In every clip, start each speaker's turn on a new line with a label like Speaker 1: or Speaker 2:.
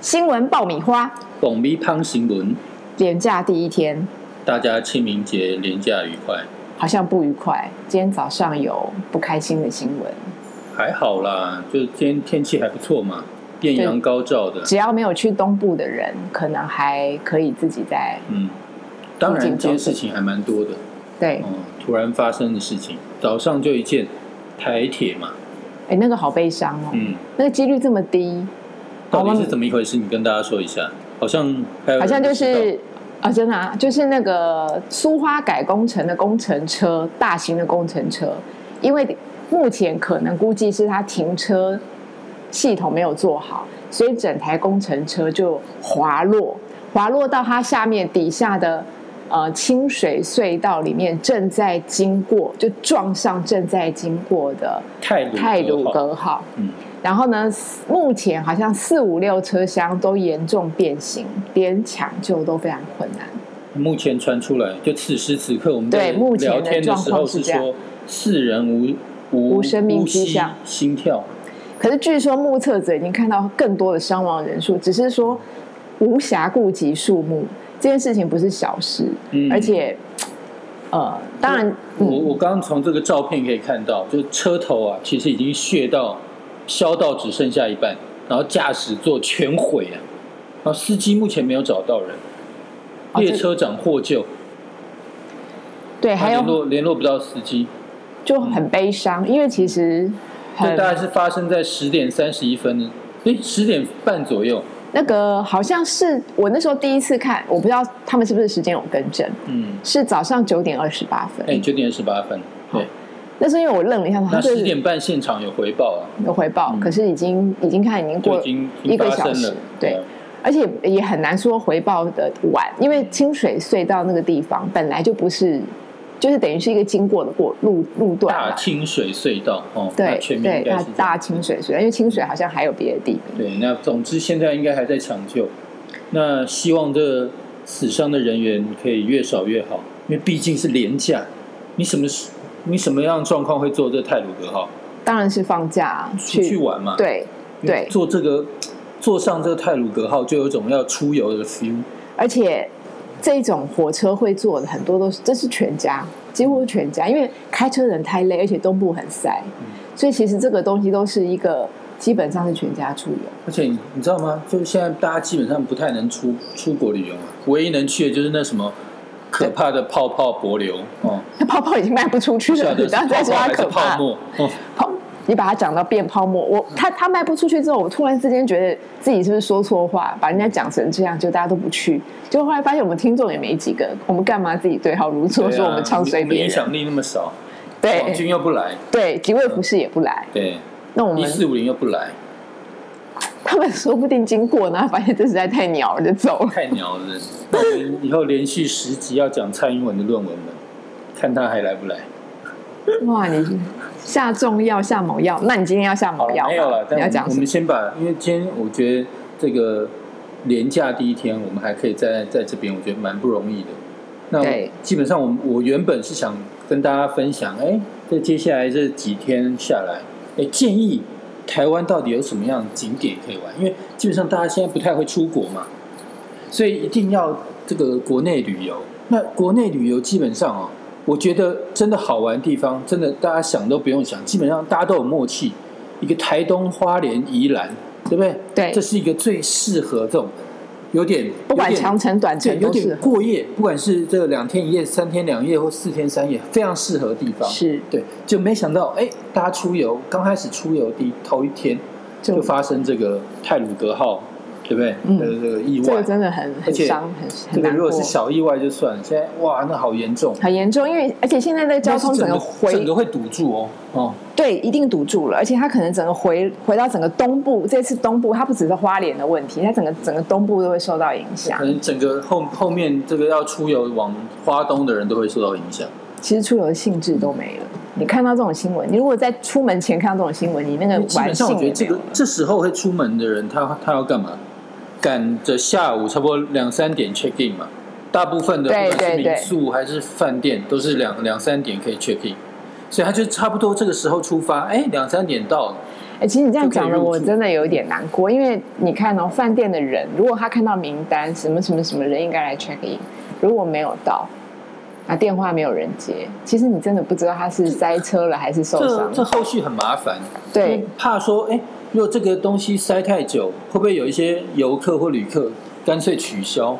Speaker 1: 新闻爆米花，
Speaker 2: 蹦咪胖新闻，
Speaker 1: 连假第一天
Speaker 2: 大家清明节连假愉快，
Speaker 1: 好像不愉快。今天早上有不开心的新闻，
Speaker 2: 还好啦，就今天天气还不错嘛，艳阳高照的，
Speaker 1: 只要没有去东部的人，可能还可以自己在
Speaker 2: 嗯，当然
Speaker 1: 紧
Speaker 2: 这些
Speaker 1: 张
Speaker 2: 事情还蛮多的，
Speaker 1: 对。
Speaker 2: 嗯，突然发生的事情，早上就一件台铁嘛，
Speaker 1: 哎，那个好悲伤哦，
Speaker 2: 嗯，
Speaker 1: 那个几率这么低，
Speaker 2: 到
Speaker 1: 我
Speaker 2: 底
Speaker 1: 们
Speaker 2: 是怎么一回事？你跟大家说一下，好像还有人
Speaker 1: 好像就
Speaker 2: 呃不知
Speaker 1: 是啊，真的啊，就是那个苏花改工程的工程车，大型的工程车，因为目前可能估计是它停车系统没有做好，所以整台工程车就滑落，滑落到它下面底下的。呃，清水隧道里面正在经过，就撞上正在经过的
Speaker 2: 道泰鲁
Speaker 1: 泰鲁
Speaker 2: 格号，
Speaker 1: 格号。
Speaker 2: 嗯，
Speaker 1: 然后呢，目前好像四五六车厢都严重变形，连抢救都非常困难。
Speaker 2: 目前传出来，就此时此刻我们
Speaker 1: 对
Speaker 2: 在
Speaker 1: 目前的
Speaker 2: 聊天的时
Speaker 1: 状
Speaker 2: 候
Speaker 1: 况是
Speaker 2: 是
Speaker 1: 这样
Speaker 2: 说四人无无
Speaker 1: 无生命迹象
Speaker 2: 呼吸心跳，
Speaker 1: 可是据说目测者已经看到更多的伤亡人数，只是说无暇顾及数目，这件事情不是小事，
Speaker 2: 嗯
Speaker 1: 而且呃，当然，
Speaker 2: 我
Speaker 1: 嗯，
Speaker 2: 我刚刚从这个照片可以看到，就是车头啊，其实已经削到削到只剩下一半，然后驾驶座全毁了，然后司机目前没有找到人，
Speaker 1: 哦
Speaker 2: 列
Speaker 1: 这
Speaker 2: 车长获救，
Speaker 1: 对，还
Speaker 2: 联
Speaker 1: 有嗯
Speaker 2: 络联络不到司机，
Speaker 1: 就很悲伤，因为其实
Speaker 2: 这
Speaker 1: 很
Speaker 2: 大概是发生在十点三十一分，诶，十点半左右，
Speaker 1: 那个好像是我那时候第一次看，我不知道他们是不是时间有更正，
Speaker 2: 嗯，
Speaker 1: 是早上九点二十八分。
Speaker 2: 哎，九点十八分，对，
Speaker 1: 那是因为我愣了一下，
Speaker 2: 那
Speaker 1: 他
Speaker 2: 十点半现场有回报啊，
Speaker 1: 有回报，
Speaker 2: 嗯
Speaker 1: 可是已经已经看已经
Speaker 2: 就
Speaker 1: 过
Speaker 2: 已经已
Speaker 1: 一
Speaker 2: 经
Speaker 1: 个
Speaker 2: 发
Speaker 1: 小
Speaker 2: 生
Speaker 1: 时
Speaker 2: 了，，
Speaker 1: 对，
Speaker 2: 啊
Speaker 1: 而且也很难说回报的晚，因为清水隧道那个地方本来就不是，就是等于是一个经过的过路路段
Speaker 2: 大
Speaker 1: 嘛，
Speaker 2: 清水隧道哦，那
Speaker 1: 对
Speaker 2: 全名
Speaker 1: 对
Speaker 2: 应，该
Speaker 1: 大
Speaker 2: 是这样
Speaker 1: 大清水隧道，因为清水好像还有别的地名，
Speaker 2: 对，那总之现在应该还在抢救，那希望这死伤的人员可以越少越好，因为毕竟是廉价，你什么时你什么样的状况会坐这泰鲁格号
Speaker 1: 当然是放假
Speaker 2: 出去
Speaker 1: 去，
Speaker 2: 玩嘛？
Speaker 1: 对对，
Speaker 2: 坐这个坐上这个泰鲁格号就有一种要出游的 feel，
Speaker 1: 而且这种火车会坐的很多都是，这是全家，几乎是全家，因为开车人太累，而且东部很塞，所以其实这个东西都是一个基本上是全家出游。
Speaker 2: 而且你你知道吗？就是现在大家基本上不太能出出国旅游啊，唯一能去的就是那什么可怕的泡泡帛流哦，
Speaker 1: 那泡泡已经卖 不出去
Speaker 2: 不
Speaker 1: 了，
Speaker 2: 晓
Speaker 1: 你
Speaker 2: 得
Speaker 1: 不
Speaker 2: 是
Speaker 1: 要再
Speaker 2: 泡
Speaker 1: 说
Speaker 2: 泡
Speaker 1: 它
Speaker 2: 还是
Speaker 1: 可怕
Speaker 2: 泡。沫哦。
Speaker 1: 泡，你把它讲到变泡沫，我它它卖不出去之后，我突然之间觉得自己是不是说错话，把人家讲成这样，就大家都不去。结果后来发现我们听众也没几个，我们干嘛自己对号入座，
Speaker 2: 对啊
Speaker 1: 说我们唱衰
Speaker 2: 我们
Speaker 1: 别
Speaker 2: 影
Speaker 1: 人？
Speaker 2: 响哦力那么少，网
Speaker 1: 对
Speaker 2: 军又不来，
Speaker 1: 对，几位服饰也不来，
Speaker 2: 对，
Speaker 1: 那我
Speaker 2: 一
Speaker 1: 们
Speaker 2: 四五零又不来，
Speaker 1: 他们说不定经过呢，发现这实在太鸟了，就走了。
Speaker 2: 太鸟了。那我们以后连续十集要讲蔡英文的论文了，看他还来不来。
Speaker 1: 哇，你下重药下猛药，那你今天要下
Speaker 2: 好
Speaker 1: 猛药吗？
Speaker 2: 了，哦没有了。
Speaker 1: 你要
Speaker 2: 但我
Speaker 1: 讲
Speaker 2: 们
Speaker 1: 什
Speaker 2: 我
Speaker 1: 么
Speaker 2: 们？先把，因为今天我觉得这个连假第一天，我们还可以在在这边，我觉得蛮不容易的。那
Speaker 1: 对
Speaker 2: 基本上我们，我原本是想跟大家分享，哎，在接下来这几天下来，哎，建议台湾到底有什么样的景点可以玩？因为基本上大家现在不太会出国嘛，所以一定要这个国内旅游。那国内旅游基本上哦，我觉得真的好玩的地方，真的大家想都不用想，基本上大家都有默契。一个台东、花莲、宜兰，对不对？
Speaker 1: 对
Speaker 2: 这是一个最适合这种有点
Speaker 1: 不管
Speaker 2: 有点
Speaker 1: 长城短
Speaker 2: 对
Speaker 1: 程
Speaker 2: 有
Speaker 1: 都是
Speaker 2: 点过夜，不管是这个两天一夜、三天两夜或四天三夜，非常适合的地方。
Speaker 1: 是
Speaker 2: 对，就没想到哎，大家出游刚开始出游第一头一天
Speaker 1: 就
Speaker 2: 就发生这个泰鲁格号，对不对？
Speaker 1: 嗯
Speaker 2: 的这个意
Speaker 1: 这
Speaker 2: 外
Speaker 1: 个，真的很
Speaker 2: 而
Speaker 1: 很
Speaker 2: 且
Speaker 1: 伤，很很
Speaker 2: 这个
Speaker 1: 难
Speaker 2: 如
Speaker 1: 过
Speaker 2: 果。是小意外就算了，现在哇，那好严重，
Speaker 1: 很严重，因为而且现在的交通
Speaker 2: 那是
Speaker 1: 整个
Speaker 2: 整
Speaker 1: 回
Speaker 2: 整个会堵住哦哦，
Speaker 1: 对一定堵住了，而且它可能整个回回到整个东部，这次东部它不只是花莲的问题，它整个整个东部都会受到影响
Speaker 2: 可。能整个后后面这个要出游往花东的人都会受到影响。
Speaker 1: 其实出游的兴致都没了。你看到这种新闻，你如果在出门前看到这种新闻，你那个
Speaker 2: 基
Speaker 1: 玩
Speaker 2: 本上
Speaker 1: 性
Speaker 2: 我觉
Speaker 1: 也
Speaker 2: 得这
Speaker 1: 没有
Speaker 2: 个
Speaker 1: 了。
Speaker 2: 这时候会出门的人，他他要干嘛？赶着下午差不多两三点 check in 嘛，大部分的
Speaker 1: 对
Speaker 2: 不管是
Speaker 1: 对对
Speaker 2: 民宿还是饭店，都是两两三点可以 check in，所以他就差不多这个时候出发，哎，两三点到了，
Speaker 1: 哎，其实你这样讲
Speaker 2: 就可
Speaker 1: 的，
Speaker 2: 以入
Speaker 1: 我
Speaker 2: 住嗯
Speaker 1: 真的有一点难过，因为你看哦，饭店的人如果他看到名单，什么什么什么人应该来 check in，如果没有到，啊，电话没有人接，其实你真的不知道他是塞车了还是受
Speaker 2: 这
Speaker 1: 伤
Speaker 2: 这。后续很麻烦，
Speaker 1: 对，
Speaker 2: 怕说哎，如果这个东西塞太久，会不会有一些游客或旅客干脆取消，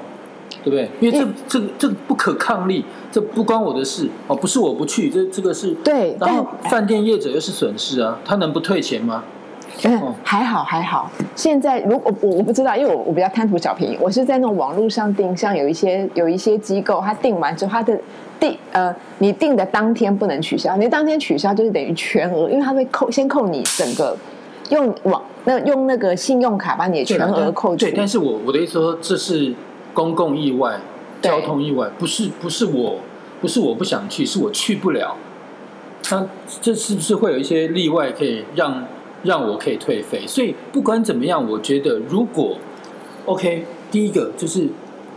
Speaker 2: 对不对？因为这
Speaker 1: 嗯
Speaker 2: 这个这个不可抗力，这不关我的事哦，不是我不去，这这个是。
Speaker 1: 对，
Speaker 2: 然
Speaker 1: 但
Speaker 2: 后饭店业者又是损失啊，他能不退钱吗？哦
Speaker 1: 嗯，还好还好。现在如果我我不知道，因为我我比较贪图小便宜，我是在那种网络上订，像有一些有一些机构，它订完之后，它的订呃，你订的当天不能取消，你当天取消就是等于全额，因为它会扣先扣你整个用网那用那个信用卡把你的
Speaker 2: 对
Speaker 1: 全
Speaker 2: 啦
Speaker 1: 额
Speaker 2: 但
Speaker 1: 扣除
Speaker 2: 对，。但是我我的意思说，这是公共意外、
Speaker 1: 对
Speaker 2: 交通意外，不是不是我不是我不想去，是我去不了。那这是不是会有一些例外可以让让我可以退费？所以不管怎么样，我觉得如果 OK，第一个就是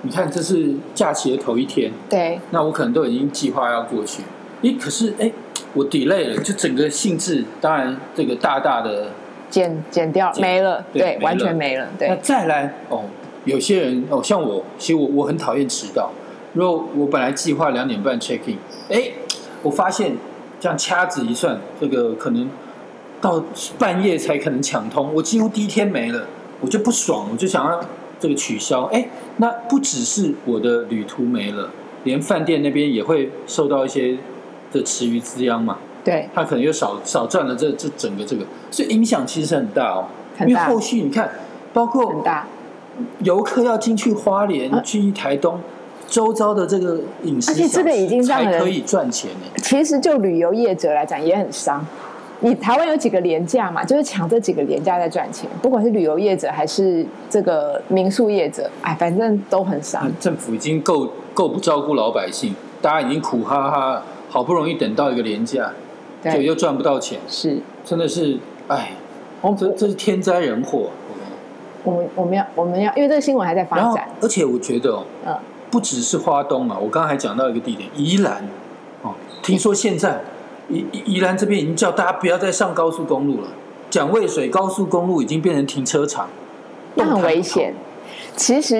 Speaker 2: 你看这是假期的头一天，
Speaker 1: 对
Speaker 2: 那我可能都已经计划要过去。咦，可是哎，我 delay 了，就整个兴致当然这个大大的
Speaker 1: 减减掉
Speaker 2: 减
Speaker 1: 没了，
Speaker 2: 对
Speaker 1: 对，
Speaker 2: 没
Speaker 1: 完
Speaker 2: 了
Speaker 1: 全没了，
Speaker 2: 那
Speaker 1: 对
Speaker 2: 再来哦，有些人哦，像我，其实我我很讨厌迟到。如果我本来计划两点半 check in，哎，我发现这样掐指一算，这个可能到半夜才可能抢通，我几乎第一天没了，我就不爽，我就想要这个取消。哎，那不只是我的旅途没了，连饭店那边也会受到一些的池鱼之殃嘛。
Speaker 1: 对，
Speaker 2: 他可能又少少赚了这这整个这个，所以影响其实很大哦。
Speaker 1: 很大
Speaker 2: 因为后续你看，包
Speaker 1: 很
Speaker 2: 括
Speaker 1: 大。
Speaker 2: 游客要进去花莲、
Speaker 1: 啊
Speaker 2: 去台东，周遭的这个饮食，
Speaker 1: 而且这个已经让
Speaker 2: 才
Speaker 1: 人
Speaker 2: 可以赚钱呢。
Speaker 1: 其实就旅游业者来讲也很伤。你台湾有几个廉价嘛，就是抢这几个廉价在赚钱，不管是旅游业者还是这个民宿业者，哎，反正都很伤
Speaker 2: 啊。政府已经够够不照顾老百姓，大家已经苦哈哈了，好不容易等到一个廉价，就
Speaker 1: 对，
Speaker 2: 又赚不到钱，
Speaker 1: 是
Speaker 2: 真的是哎，
Speaker 1: 我
Speaker 2: 这
Speaker 1: 们
Speaker 2: 这是天灾人祸。
Speaker 1: 我们我们要我们要，因为这个新闻还在
Speaker 2: 然
Speaker 1: 发
Speaker 2: 后
Speaker 1: 展，，
Speaker 2: 而且我觉得哦，
Speaker 1: 嗯，
Speaker 2: 不只是花东啊，我刚才讲到一个地点，宜兰哦，听说现在宜宜宜兰这边已经叫大家不要再上高速公路了，蒋渭水高速公路已经变成停车场，
Speaker 1: 那很危险。其实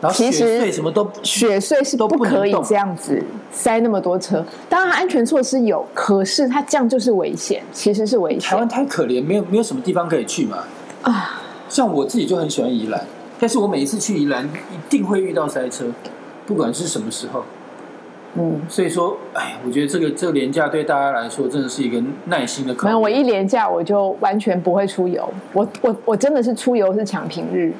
Speaker 2: 然后
Speaker 1: 其
Speaker 2: 雪
Speaker 1: 实
Speaker 2: 隧什么都
Speaker 1: 雪隧是
Speaker 2: 都
Speaker 1: 不
Speaker 2: 不能
Speaker 1: 可以
Speaker 2: 动
Speaker 1: 这样子塞那么多车，当然它安全措施有，可是它这样就是危险，其实是危
Speaker 2: 台
Speaker 1: 险
Speaker 2: 湾太可怜，没有没有什么地方可以去嘛。
Speaker 1: 啊。
Speaker 2: 像我自己就很喜欢宜兰，但是我每一次去宜兰一定会遇到塞车，不管是什么时候。
Speaker 1: 嗯，
Speaker 2: 所以说，哎，我觉得这个这个廉价对大家来说真的是一个耐心的考
Speaker 1: 没
Speaker 2: 验。
Speaker 1: 有，我一廉假我就完全不会出游。我我我真的是出游是抢平日，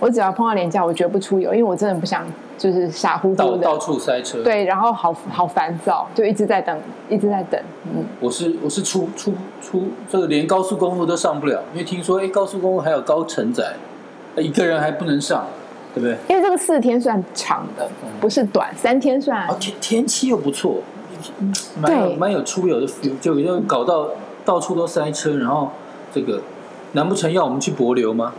Speaker 1: 我只要碰到廉假，我绝不出游，因为我真的不想就是傻乎
Speaker 2: 到
Speaker 1: 乎
Speaker 2: 到
Speaker 1: 的。
Speaker 2: 处塞车。
Speaker 1: 对，然后好好烦躁，就一直在等，一直在等。嗯，
Speaker 2: 我是我是出出出这个连高速公路都上不了，因为听说哎高速公路还有高承载，一个人还不能上，对不对？
Speaker 1: 因为这个四天算长的，
Speaker 2: 嗯
Speaker 1: 不是短，三天算
Speaker 2: 啊天天气又不错，嗯蛮有
Speaker 1: 对
Speaker 2: 蛮有出游的 feel，就就搞到到处都塞车，然后这个难不成要我们去柏流吗？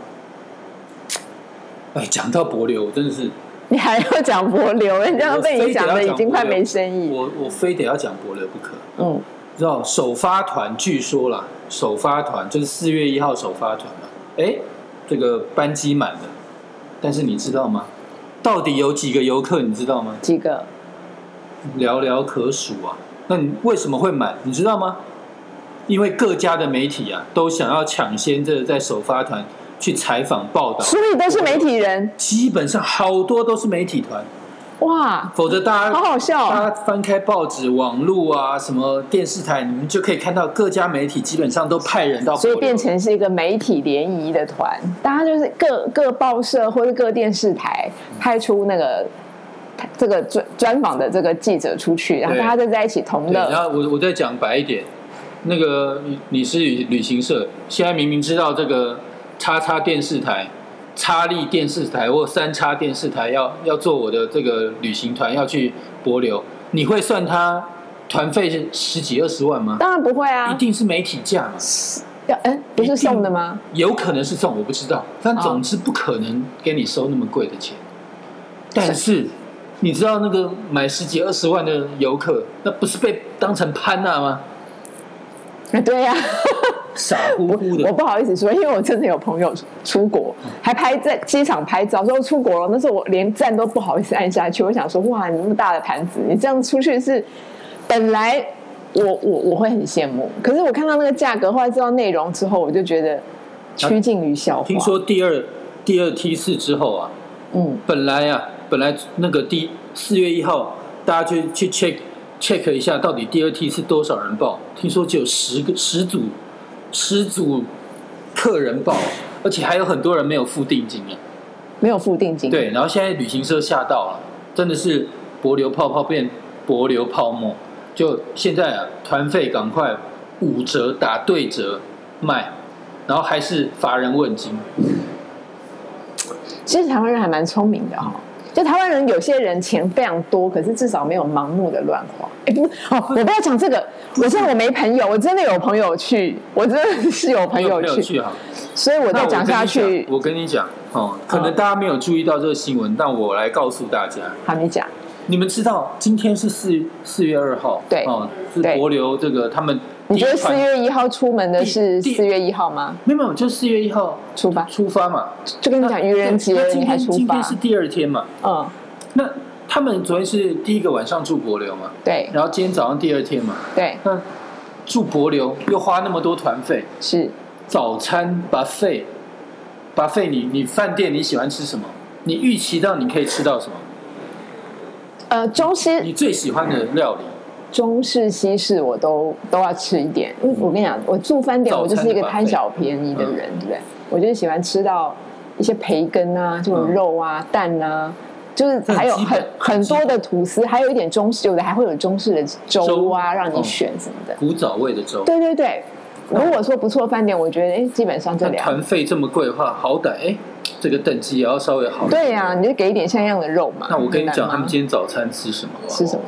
Speaker 2: 哎，讲到柏流，我真的是
Speaker 1: 你还要讲柏流，人家
Speaker 2: 我
Speaker 1: 被
Speaker 2: 非
Speaker 1: 你
Speaker 2: 得
Speaker 1: 讲
Speaker 2: 要
Speaker 1: 的已
Speaker 2: 讲
Speaker 1: 经
Speaker 2: 柏
Speaker 1: 快
Speaker 2: 流
Speaker 1: 没生意。
Speaker 2: 我我非得要讲柏流不可。
Speaker 1: 嗯，
Speaker 2: 知道首发团据说啦，首发团就是四月一号首发团嘛，哎，这个班机满了，但是你知道吗？到底有几个游客你知道吗？
Speaker 1: 几个
Speaker 2: 寥寥可数啊。那你为什么会满？你知道吗？因为各家的媒体啊，都想要抢先这在首发团去采访报道，
Speaker 1: 所以都是媒体人
Speaker 2: 基本上好多都是媒体团，
Speaker 1: 哇，
Speaker 2: 否则大家
Speaker 1: 好好笑哦、
Speaker 2: 大家翻开报纸、网络啊，什么电视台，你们就可以看到各家媒体基本上都派人到
Speaker 1: 所以
Speaker 2: 柏流
Speaker 1: 变成是一个媒体联谊的团，大家就是各各报社或者各电视台
Speaker 2: 嗯
Speaker 1: 派出那个这个专专访的这个记者出去，然后
Speaker 2: 对
Speaker 1: 大家就在一起同
Speaker 2: 对。然
Speaker 1: 乐。
Speaker 2: 后我我再讲白一点，那个你你是旅行社，现在明明知道这个叉叉电视台、叉力电视台或三叉电视台要要做我的这个旅行团要去柏流，你会算他团费是十几二十万吗？
Speaker 1: 当然不会
Speaker 2: 一
Speaker 1: 啊，
Speaker 2: 定是媒体价嘛，
Speaker 1: 要哎、不是送的吗？
Speaker 2: 有可能是这种，我不知道，但总之不可能给你收那么贵的钱。但是你知道那个买十几二十万的游客，那不是被当成潘娜吗？
Speaker 1: 对呀、
Speaker 2: 傻乎乎
Speaker 1: 我
Speaker 2: 的，嗯
Speaker 1: 不好意思说，因为我真的有朋友出国，还拍在机场拍照，说出国了，那时候我连站都不好意思按下去。我想说，哇，你那么大的盘子，你这样出去是本来我我我会很羡慕，可是我看到那个价格，后来知道内容之后，我就觉得趋近于笑话。
Speaker 2: 听说第二第二梯次之后啊，
Speaker 1: 嗯，
Speaker 2: 本来啊，本来那个第四月一号，大家去去 check check 一下，到底第二梯是多少人报？听说只有十个十组十组客人报，而且还有很多人没有付定金啊。
Speaker 1: 没有付定金，，
Speaker 2: 对，然后现在旅行社吓到了，真的是薄流泡泡变薄流泡沫。就现在啊，团费赶快五折打对折卖，然后还是乏人问津。
Speaker 1: 其实台湾人还蛮聪明的哈、就台湾人有些人钱非常多，可是至少没有盲目的乱花。哎、不，哦，我不要讲这个。我现在我没朋友，我真的有朋友去，我真的是有朋
Speaker 2: 没
Speaker 1: 友
Speaker 2: 没有
Speaker 1: 哎去，
Speaker 2: 去哈？
Speaker 1: 所以我
Speaker 2: 那
Speaker 1: 再
Speaker 2: 我
Speaker 1: 讲
Speaker 2: 跟
Speaker 1: 下
Speaker 2: 你
Speaker 1: 去
Speaker 2: 讲，我跟你讲哦，可能大家没有注意到这个新闻，但我来告诉大家，
Speaker 1: 好，你讲，
Speaker 2: 你们知道今天是四四月二号，
Speaker 1: 对
Speaker 2: 哦，是
Speaker 1: 对
Speaker 2: 博流这个他们第
Speaker 1: 你
Speaker 2: 一
Speaker 1: 觉得四
Speaker 2: 团
Speaker 1: 月一号出门的是
Speaker 2: 第第
Speaker 1: 四月一号吗？
Speaker 2: 没有没有，就四月一号
Speaker 1: 出发，
Speaker 2: 出发嘛，
Speaker 1: 就跟你讲愚人节
Speaker 2: 那那今
Speaker 1: 你还
Speaker 2: 天
Speaker 1: 出
Speaker 2: 今
Speaker 1: 发
Speaker 2: 天，是第二天嘛，
Speaker 1: 嗯，
Speaker 2: 那他们昨天是第一个晚上住博流嘛，
Speaker 1: 对
Speaker 2: 然后今天早上第二天嘛，
Speaker 1: 对
Speaker 2: 那住博流又花那么多团费，
Speaker 1: 是，
Speaker 2: 早餐 buffet buffet 你你饭店你喜欢吃什么？你预期到你可以吃到什么？
Speaker 1: 呃，中
Speaker 2: 你
Speaker 1: 西
Speaker 2: 最喜欢的料理？
Speaker 1: 中式西式我都都要吃一点，因为我跟你讲，我住饭店
Speaker 2: 早餐嗯
Speaker 1: 我就是一个
Speaker 2: 吧
Speaker 1: 贪小便宜的人，对不对？我就是喜欢吃到一些培根啊，这种
Speaker 2: 嗯
Speaker 1: 肉啊、蛋啊。就是还有
Speaker 2: 这很基
Speaker 1: 很
Speaker 2: 本
Speaker 1: 很多的吐司，还有一点中式，有的还会有中式的粥啊，
Speaker 2: 粥
Speaker 1: 让你
Speaker 2: 嗯
Speaker 1: 选什么的。
Speaker 2: 古早味的粥。
Speaker 1: 对对对，如果说不错的饭店，我觉得哎，基本上这
Speaker 2: 那
Speaker 1: 两
Speaker 2: 团费这么贵的话，好歹哎，这个等级也要稍微好。
Speaker 1: 对呀、你就给一点像样的肉嘛。
Speaker 2: 那我跟
Speaker 1: 很
Speaker 2: 你
Speaker 1: 难
Speaker 2: 讲，
Speaker 1: 吗
Speaker 2: 他们今天早餐吃什么？
Speaker 1: 吃什么？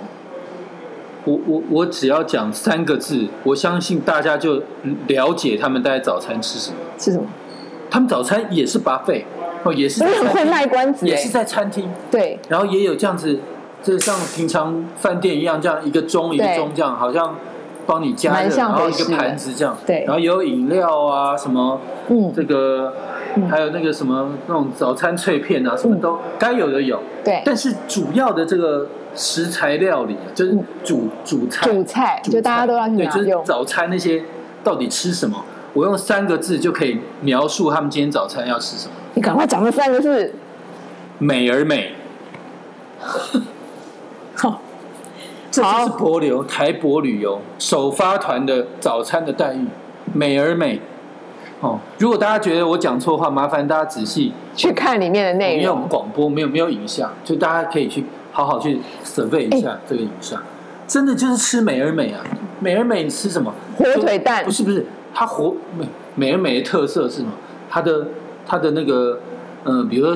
Speaker 2: 我我我只要讲三个字，我相信大家就了解他们大概早餐吃什么。
Speaker 1: 吃什么？
Speaker 2: 他们早餐也是 buffet 哦，也是
Speaker 1: 真
Speaker 2: 在
Speaker 1: 的很
Speaker 2: 餐
Speaker 1: 会
Speaker 2: 厅
Speaker 1: 卖关子
Speaker 2: 也
Speaker 1: 哎、
Speaker 2: 是在餐厅，
Speaker 1: 对
Speaker 2: 然后也有这样子，就像平常饭店一样，这样一个钟一个钟这样，好像帮你加
Speaker 1: 蛮
Speaker 2: 热，
Speaker 1: 像
Speaker 2: 然后
Speaker 1: 北
Speaker 2: 一
Speaker 1: 式的
Speaker 2: 个盘子这样，
Speaker 1: 对
Speaker 2: 然后也有饮料啊什么，
Speaker 1: 嗯
Speaker 2: 这个
Speaker 1: 嗯
Speaker 2: 还有那个什么那种早餐脆片啊，什么都该有的有，
Speaker 1: 对，
Speaker 2: 但是主要的这个食材料理啊，就是主主菜，
Speaker 1: 嗯主菜就大家都要去
Speaker 2: 对，
Speaker 1: 拿
Speaker 2: 就是
Speaker 1: 用。
Speaker 2: 早餐那些到底吃什么，我用三个字就可以描述他们今天早餐要吃什么，
Speaker 1: 你赶快讲这三个字，
Speaker 2: 美而美。
Speaker 1: 好，
Speaker 2: 这就
Speaker 1: 好
Speaker 2: 是博流台博旅游首发团的早餐的待遇，美而美。哦，如果大家觉得我讲错的话，麻烦大家仔细，
Speaker 1: 去看里面的内
Speaker 2: 因为我
Speaker 1: 容。
Speaker 2: 们广哦播没有没有影像，就大家可以去好好去 survey 一
Speaker 1: 哎
Speaker 2: 下这个影像。真的就是吃美而美啊，美而美你吃什么？
Speaker 1: 火腿蛋
Speaker 2: 不是不是，它火美美而美的特色是什么？它的它的那个嗯、呃比如说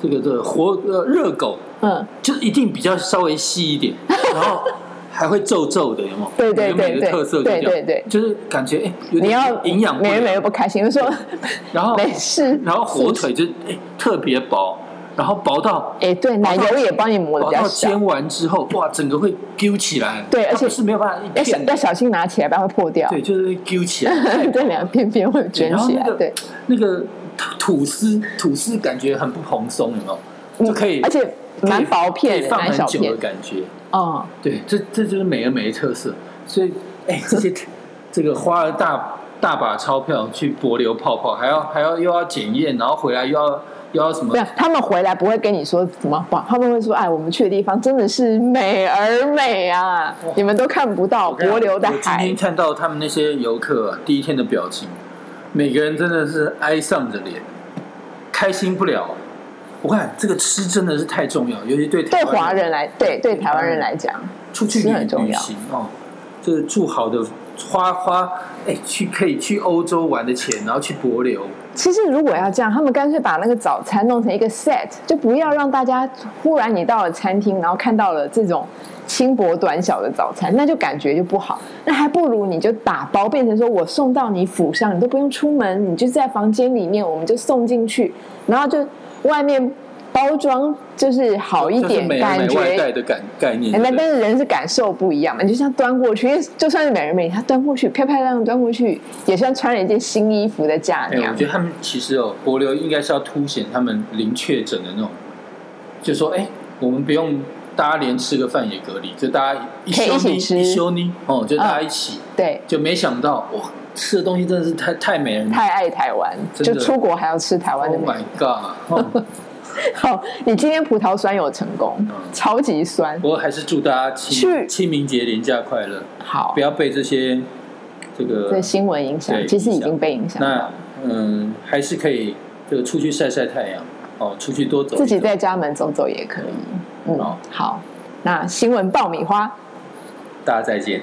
Speaker 2: 这个这个火呃热狗，
Speaker 1: 嗯，
Speaker 2: 就是一定比较稍微细一 点，然后还会皱皱的，有没有？
Speaker 1: 对对对
Speaker 2: 美美的特色就这样，
Speaker 1: 对对对
Speaker 2: 就是感觉哎，有
Speaker 1: 嗯你
Speaker 2: 点
Speaker 1: 要
Speaker 2: 营养不
Speaker 1: 美
Speaker 2: 良
Speaker 1: 人美又不开心，就说
Speaker 2: 然后
Speaker 1: 没事。
Speaker 2: 然后火腿就哎特别薄，然后薄到
Speaker 1: 哎，对，奶油也帮你磨的
Speaker 2: 薄
Speaker 1: 比较
Speaker 2: 到
Speaker 1: 小，
Speaker 2: 哦煎完之后，哇，整个会揪起来，
Speaker 1: 对而且
Speaker 2: 它不是没有办法一
Speaker 1: 要小
Speaker 2: 片
Speaker 1: 要
Speaker 2: 的，
Speaker 1: 小心拿起来，不然会破掉。
Speaker 2: 对，就是会揪起 来。
Speaker 1: 对，两个片片会卷
Speaker 2: 然后
Speaker 1: 起
Speaker 2: 那
Speaker 1: 来。
Speaker 2: 个
Speaker 1: 对，
Speaker 2: 那个吐司，吐司感觉很不蓬松，有没有？就可以，
Speaker 1: 嗯而且蛮薄片
Speaker 2: 可
Speaker 1: 的，
Speaker 2: 以放
Speaker 1: 蛮
Speaker 2: 很
Speaker 1: 小
Speaker 2: 久
Speaker 1: 片
Speaker 2: 的。感觉。
Speaker 1: 哦，
Speaker 2: 对，这这就是美而美的特色。所以，哎，这 些这个花了大大把钞票去博流泡泡，还要还要又要检验，然后回来又要又要什么
Speaker 1: 没？有，他们回来不会跟你说什么话，他们会说：“哎，我们去的地方真的是美而美啊，你们都看不到柏流的
Speaker 2: 我今
Speaker 1: 海
Speaker 2: 天。看到他们那些游客、啊、第一天的表情，每个人真的是哀丧着脸，开心不了。我看这个吃真的是太重要，尤其对”台
Speaker 1: 对
Speaker 2: 湾
Speaker 1: 华人来，对对台湾人来讲，
Speaker 2: 出去
Speaker 1: 吃
Speaker 2: 旅
Speaker 1: 很重
Speaker 2: 旅
Speaker 1: 要
Speaker 2: 行哦，就是住好的花花，哎，去可以去欧洲玩的钱，然后去博流，
Speaker 1: 其实如果要这样，他们干脆把那个早餐弄成一个 set，就不要让大家忽然你到了餐厅，然后看到了这种轻薄短小的早餐，那就感觉就不好。那还不如你就打包，变成说我送到你府上，你都不用出门，你就在房间里面，我们就送进去，然后就外面包装就是好一
Speaker 2: 就是
Speaker 1: 点，
Speaker 2: 美人
Speaker 1: 感
Speaker 2: 美外带
Speaker 1: 觉。
Speaker 2: 的概概念，
Speaker 1: 哎
Speaker 2: 对
Speaker 1: 那
Speaker 2: 不对
Speaker 1: 但是人是感受不一样嘛，你就像端过去，因为就算是美人美，她端过去漂漂亮亮端过去，也像穿了一件新衣服的嫁
Speaker 2: 哎、
Speaker 1: 娘
Speaker 2: 我觉。得他们其实哦，博流应该是要凸显他们零确诊的那种，就说哎、我们不用大家连吃个饭也隔离，就大家一
Speaker 1: 可以
Speaker 2: 休
Speaker 1: 一起
Speaker 2: 呢
Speaker 1: 吃嗯
Speaker 2: 一休呢，哦，就大家一起，
Speaker 1: 对，
Speaker 2: 就没想到哇，吃的东西真的是太太美人了
Speaker 1: 太爱台湾，就
Speaker 2: 真的
Speaker 1: 出国还要吃台湾
Speaker 2: ，Oh
Speaker 1: 的美
Speaker 2: my god！、哦、
Speaker 1: 好，你今天葡萄酸有成功，
Speaker 2: 嗯
Speaker 1: 超级酸。
Speaker 2: 不过还是祝大 家
Speaker 1: 是
Speaker 2: 清清明节连假快乐，
Speaker 1: 好
Speaker 2: 不，要被这些这个
Speaker 1: 这新闻影响
Speaker 2: 对，
Speaker 1: 其实已
Speaker 2: 影响
Speaker 1: 经被影响。
Speaker 2: 那嗯，还是可以这个出去晒晒太阳哦，出去多走一走
Speaker 1: 自己在家门走走也可以。嗯
Speaker 2: 好，
Speaker 1: 好，那新闻爆米花，
Speaker 2: 大家再见。